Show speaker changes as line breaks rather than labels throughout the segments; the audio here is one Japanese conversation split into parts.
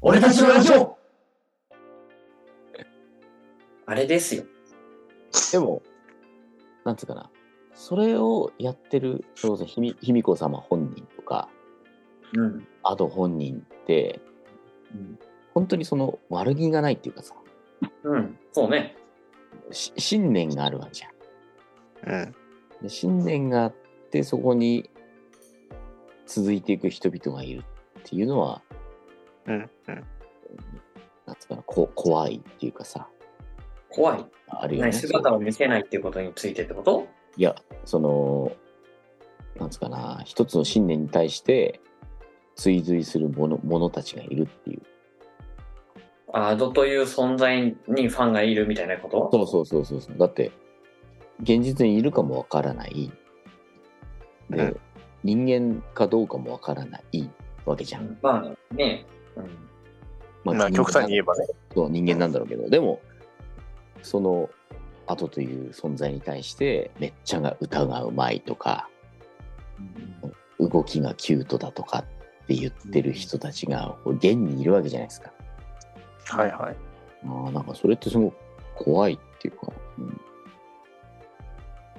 俺たちのラジオ あれですよ。
でも、なんつうかな、それをやってる、それこそひみひみこ様本人とか、
うん。
アド本人って、
うん
本当にその悪気がないっていうかさ、
うん。そうね。
し信念があるわけじゃん。
うん。
で信念があって、そこに続いていく人々がいるっていうのは、
うん。うん。
なんつうかな、こ怖いっていうかさ、
怖い。
あるよ
な
ね。
い姿を見せないっていうことについてってこと
いや、その、なんつうかな、一つの信念に対して追随する者者たちがいるっていう。
アードという存在にファンがいるみたいなこと
そうそうそうそうそう。だって、現実にいるかもわからない。で、
うん
人間かどうかもわからないわけじゃん。
まあね、うん、
ま
まあ極端に言えばね。
そう、人間なんだろうけど、でも、その、後という存在に対して、めっちゃが歌がうまいとか、動きがキュートだとかって言ってる人たちが現にいるわけじゃないですか。
はいはい。
ああ、なんかそれってすごく怖いっていうか、うん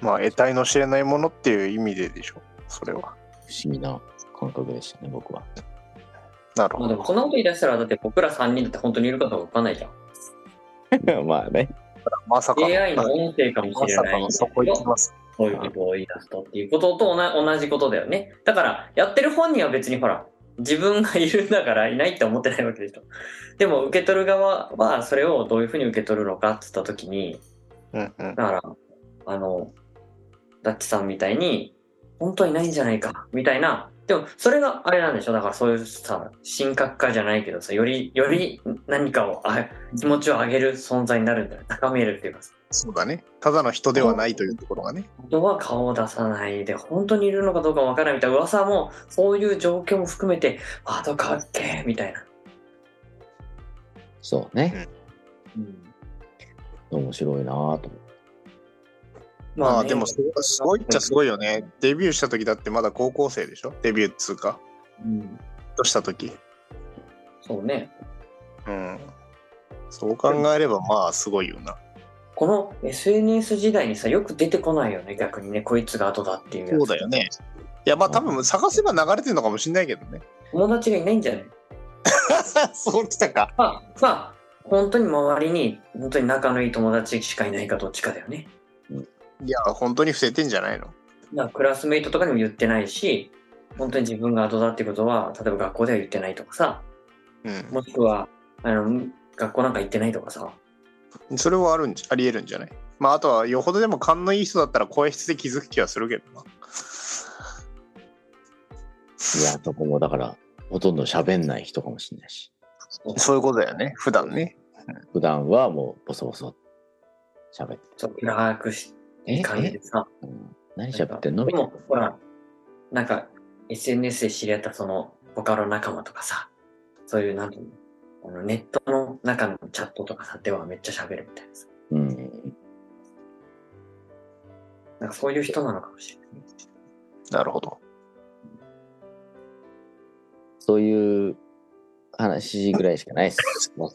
まあ、得体の知れないものっていう意味ででしょ。それは。
不思議な感覚でしたね、僕は。
なる
ま
ほ
あでも
ど。
こんなこと言い出したらだって僕ら3人だって本当にいるかどうかわかんないじゃん。
まあね。
まさかの。
AI の音声かも
ま
しれ
さ
な
か
い
のそこ行きます。
そういうことを言い出すとっていうことと同同じことだよね。だから、やってる本人は別にほら、自分がいるんだからいないって思ってないわけでしょ。でも、受け取る側はそれをどういうふうに受け取るのかって言ったときに、
うんうん。
だから、あの、ダッチさんみたいに、本当にないんじゃないか、みたいな。でも、それがあれなんでしょだからそういうさ、神格化じゃないけどさ、より、より何かを、あ気持ちを上げる存在になるんだよ。高めるっていうかさ。
そうだね。ただの人ではないというところがね。
本当は顔を出さないで、本当にいるのかどうかわからないみたいな噂も、そういう状況も含めて、あ、どうかっけみたいな。
そうね。
うん、
面白いなぁと思って。
まあ、でもそれはすごいっちゃすごいよね。デビューした時だってまだ高校生でしょデビューっつうか。
うん、
とした時。
そうね。
うん。そう考えればまあすごいよな。
この SNS 時代にさ、よく出てこないよね、逆にね、こいつが後だっていうやつ
そうだよね。いやまあ多分探せば流れてるのかもしれないけどね。
友達がいないんじゃない
そうきたか。
まあ、まあ、本当に周りに、本当に仲のいい友達しかいないかどっちかだよね。
いや本当に伏せてんじゃないの
まあ、クラスメイトとかにも言ってないし、本当に自分が後だってことは、例えば学校では言ってないとかさ、
う
もしくは、あの、学校なんか行ってないとかさ、
ん。それはあるんじありえるんじゃないまああとはよほどでも勘のいい人だったら声質で気づく気はするけどな。
いや、どこもだから、ほとんど喋んない人かもしれないし、
そういうことだよね。普段ね。
普段はもうボソボソ喋って。
ちょっと暗くし
え
感じでさ、
うん何喋ってんのみ
で
たいな
も。、ほら、なんか、SNS で知り合ったその、他の仲間とかさ、そういう、なんていうの、あのネットの中のチャットとかさ、ではめっちゃ喋るみたいなさ、
うん。
なんかそういう人なのかもしれない。
なるほど。
そういう話ぐらいしかないです。わ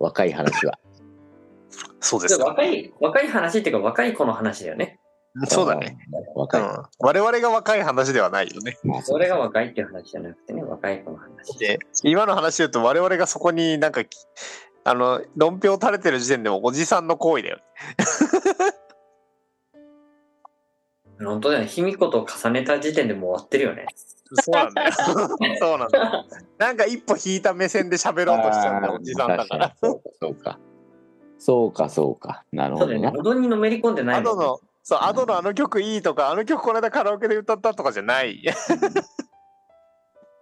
若い話は。
そうで
です
か。
若い、若い話っていうか若い子の話だよね。
そうだね。
あー。
う
若い。
ん。我々が若い話ではないよね。
まあ
それが若いっていう話じゃなくてね、若い子の話。
で、今の話で言うと我々がそこになんかき、あの、論評垂れてる時点でもおじさんの行為だよね。
本当だよね。卑弥呼と重ねた時点でもう終わってるよね。
そうなんだよ。 そうなんだよ。なんか一歩引いた目線で喋ろうとしちゃうんだよ、おじさんだから。
あー。そうか。そうか、そうか。なる
そ
ほ
うだ
ど
よ
な
ね。。うどんにのめり込んでな
ア
いも
ド
んね
の、そう、アドのあの曲いいとか、あの曲この間カラオケで歌ったとかじゃない。い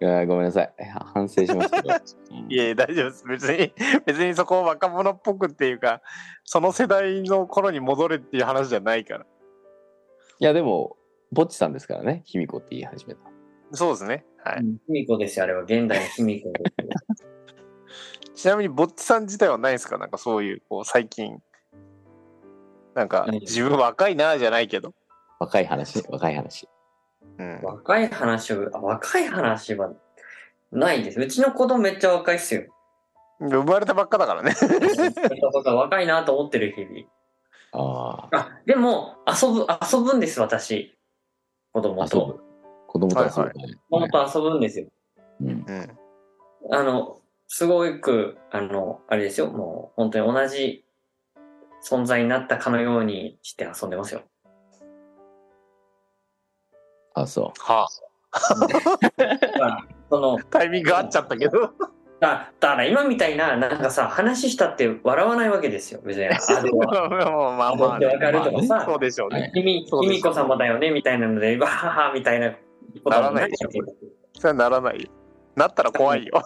いやごめんなさい。反省しましたけど。うん
やいや、大丈夫です。別に、 別にそこを若者っぽくっていうか、その世代の頃に戻れっていう話じゃないから。
いや、でも、ぼっちさんですからね、卑弥呼って言い始めた。
そうですね。はい。
卑弥呼ですよ、あれは。現代の卑弥呼ですよ。
ちなみに、ぼっちさん自体はないですかなんかそういう、こう、最近。なんか、
ないです
自分若いな、じゃないけど。
若い話、若い話。
うん。
若い話を、あ若い話は、ないです。うちの子供めっちゃ若いっすよ。
生まれたばっかだからね。
僕は若いなと思ってる日々。
あ
あ、でも、遊ぶ、遊ぶんです、私。子
あ
供
遊ぶ
と。
子供と遊ぶ、
子供と遊ぶんですよ。
うん
うん。
あの、すごく、あの、あれですよ、もう、本当に同じ存在になったかのようにして遊んでますよ。
あそう
はあ、
その、
タイミング合っちゃったけど。
だだから今みたいな、なんかさ、話したって笑わないわけですよ、別に。あれは。
まあま
思
あ
ってわ
ね、
かるとかさ、
そうでしょうね。
君、
そうで
君
す
子様だよね、みたいなので、わはは、みたいなことは
ならないでしょそれはならないよ。なったら怖いよ。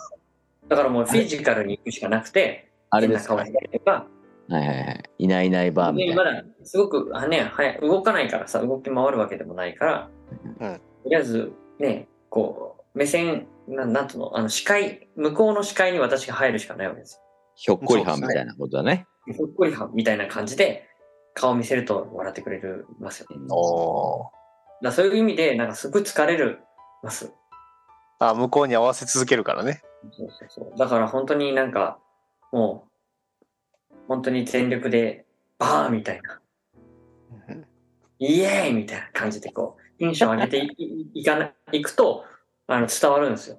だからもうフィジカルに行くしかなくて、
あれですか
変な
はい
顔したりとか、
はいはいいないいないばーみた
で
い
まだ
な
すごくあね早い動かないからさ動き回るわけでもないから、
うん
とりあえずねこう目線なんなんとのあの視界向こうの視界に私が入るしかないわけです
ひょっこりはんみたいなことだね
よひょっこりはんみたいな感じで顔見せると笑ってくれるますよねだか
お
らそういう意味でなんかすごい疲れるます
あ向こうに合わせ続けるからね。
そうそうそうだから本当になんかもう本当に全力でバーみたいなイエーイみたいな感じでこう、テンション上げていいいかな、いくと、あの、伝わるんですよ。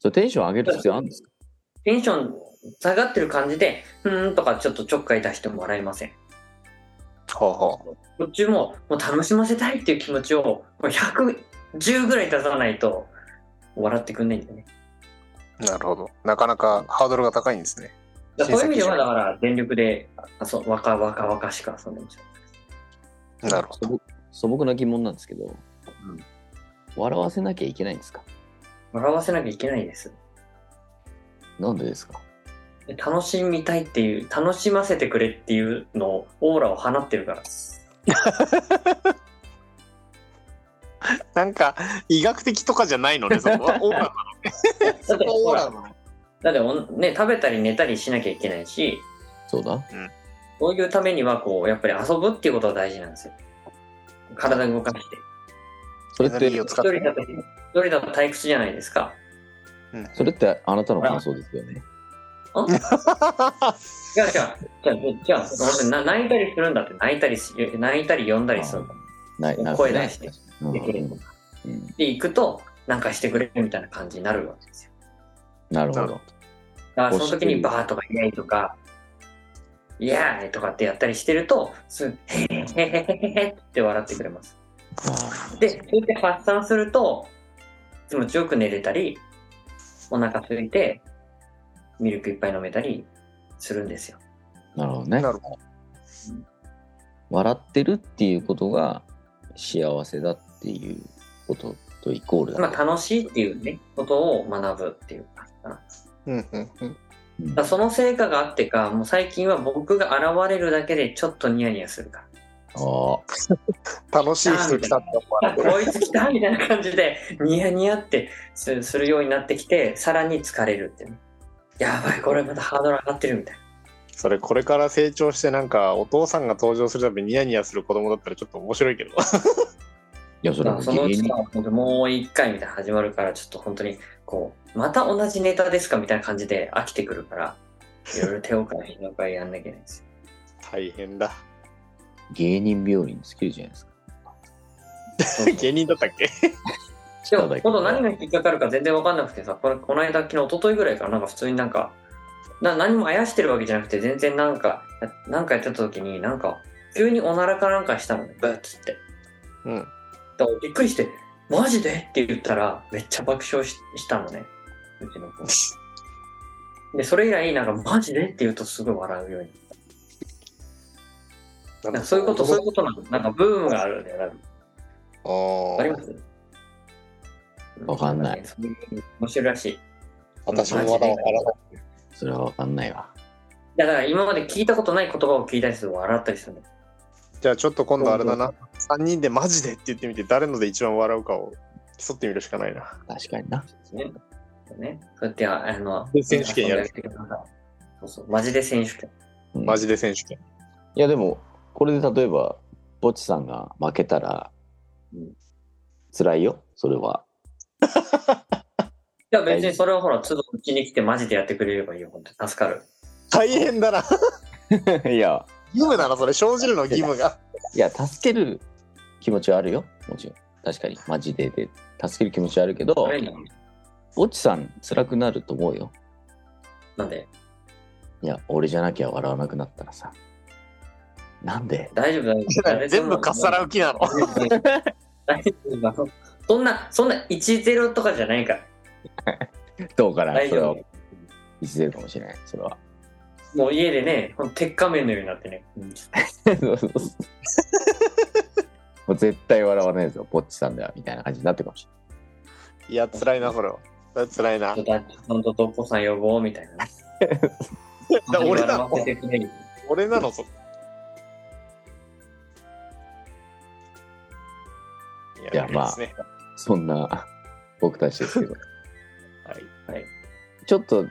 そうテンション上げる必要あるんですか
テンション下がってる感じで、うーんとかちょっとちょっかい出してもらえません。
ほうほ
こっちも、もう楽しませたいっていう気持ちを、もう110ぐらい出さないと、笑ってくんないんだよね。
う。なるほど。なかなかハードルが高いんですね。
だからそういう意味では、
親
だ
戚
から、全力で、あそう、若々々しく遊んでました。
なるほ
素
ど。
朴素朴な疑問なんですけど、
ん
笑わせなきゃいけないんですか
笑わせなきゃいけないです。
なんでですか
で楽しみたいっていう、楽しませてくれっていうのを、オーラを放ってるから。
なんか医学的とかじゃないのね、そこは。オー ラなのね。 そこはオーラなのね。
だっておん、ね、食べたり寝たりしなきゃいけないし、
そうだ
そういうためには、こう、やっぱり遊ぶっていうことが大事なんですよ。体動かして。
それ
エ
っ
ネルギー
て
を
一
使って。
人だと、一人だと退屈じゃないですか。
それってあなたの感想ですよね
じゃあ、じゃあ、じゃあ、じゃあ、な泣いたりするんだって、泣いたりし、泣いたり呼んだりするんだ。
ないない
声出して
うん
できるの
うん
で、行くと、なんかしてくれるみたいな感じになるわけですよ。
なるほ
なる
ど
だから、その時にバーとかイエイとか、イエーイとかってやったりしてると、すぐ、へへへへへへって笑ってくれます。
あ
で、そうやって発散すると、気持ちよく寝れたり、お腹空いて、ミルクいっぱい飲めたりするんですよ。
ーなるほど
な
ね
るほど。
笑ってるっていうことが幸せだっていうこととイコールだ
まあ、楽しいっていうね、ことを学ぶっていう感じかな。だか
うんうんう
う
ん。
ん
らその成果があってか、もう最近は僕が現れるだけでちょっとニヤニヤするか
あ
楽しい人来たって思わ
ら。あ、
れてる。
こいつ来たみたいな感じで、ニヤニヤってすするようになってきて、さらに疲れるってね。やばい、これまたハードル上がってるみたいな。
それこれから成長してなんかお父さんが登場するたびにニヤニヤする子供だったらちょっと面白いけど。
いやそれ
だか
は
らそのう
芸
ち
人
は本当もう一回みたいな始まるからちょっと本当にこうまた同じネタですかみたいな感じで飽きてくるからいろいろ手を変え品を変えやんなきゃいけないですよ
大変だ。
芸人病院好きじゃないですか
そうそ う
芸人だったっけ
でも今度何が引っかかるか全然分かんなくてさこれこの間昨日一昨日ぐらいからなんか普通になんかな何もあやしてるわけじゃなくて全然なんかやなんかやってた時になんか急におならかなんかしたのねブッつって
うん。
だからびっくりして「マジで?」って言ったらめっちゃ爆笑ししたのねうちの子で、それ以来、なんか、マジでって言うとすごい笑うように。なんかそういうこと、そういうことなの。なんか、ブームがあるんだよ。なんかわ
あ
かり
あ
ます
わかんない
ねそういう面白いらしい。い
私も笑わ笑わ
それは分かんないわ
や、だから今まで聞いたことない言葉を聞いたりすると笑ったりするんだよ
じゃあちょっと今度あれだな3人でマジでって言ってみて誰ので一番笑うかを競ってみるしかないな
確かにな
ね。ね。そうやって、ああの、
選手権やる
そうそうそう、マジで選手権。
うん
マジで選手権
いやでもこれで例えばポチさんが負けたら、
うん
辛いよそれは
や、別にそれはほら、都度うちに来てマジでやってくれればいいよ、本当に助かる。
大変だな。
いや、
義務だな、それ。生じるの義務が。
いや、助ける気持ちはあるよ。もちろん。確かに。マジでで。助ける気持ちはあるけど、
あれなん
ぼっちさん辛くなると思うよ。
なんで、
いや、俺じゃなきゃ笑わなくなったらさ。なんで
大丈夫、大丈夫。
全部かっさらう気なの。
大丈夫だよそんな、そんな1-0とかじゃないから。
どうかな
大
それ
丈
は
夫。
いつ出るかもしれない。それは。
もう家でね、ほんと鉄仮面のようになってね。うん
そうそうそうもう絶対笑わないぞ、ぼっちさんでは、みたいな感じになってるかもし
いや、辛いな、それは。それは辛いな
ちょ。っと、ちゃんとどこさん呼ぼうみたいな。
だ俺
笑
なの
わせてくれる
俺なの、そい
いやまあ
いいですね
れない。そんな、僕たちですけど。
はい
ちょっと、ね、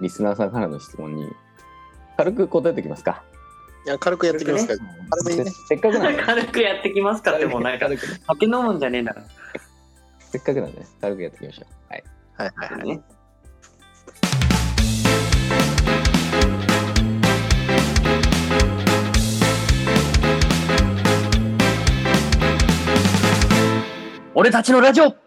リスナーさんからの質問に、軽く答えておきますか。
いや、軽くやってきますか。軽めにね
せっかくなんで。
軽くやってきますかってもうなんか、
軽く
酒飲むんじゃねえんだか
せっかくなんでね、軽くやっていきましょう。はい。
はいはい
ら
はい。
ね。
俺たちのラジオ